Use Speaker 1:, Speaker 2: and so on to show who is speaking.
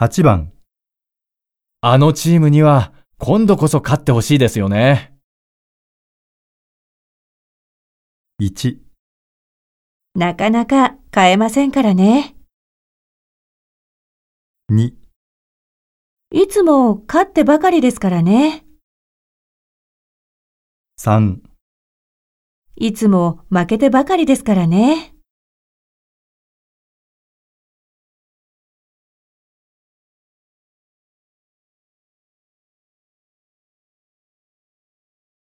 Speaker 1: 8番、
Speaker 2: あのチームには今度こそ勝ってほしいですよね。
Speaker 1: 1、
Speaker 3: なかなか買えませんからね。
Speaker 1: 2、
Speaker 3: いつも勝ってばかりですからね。
Speaker 1: 3
Speaker 3: いつも負けてばかりですからね。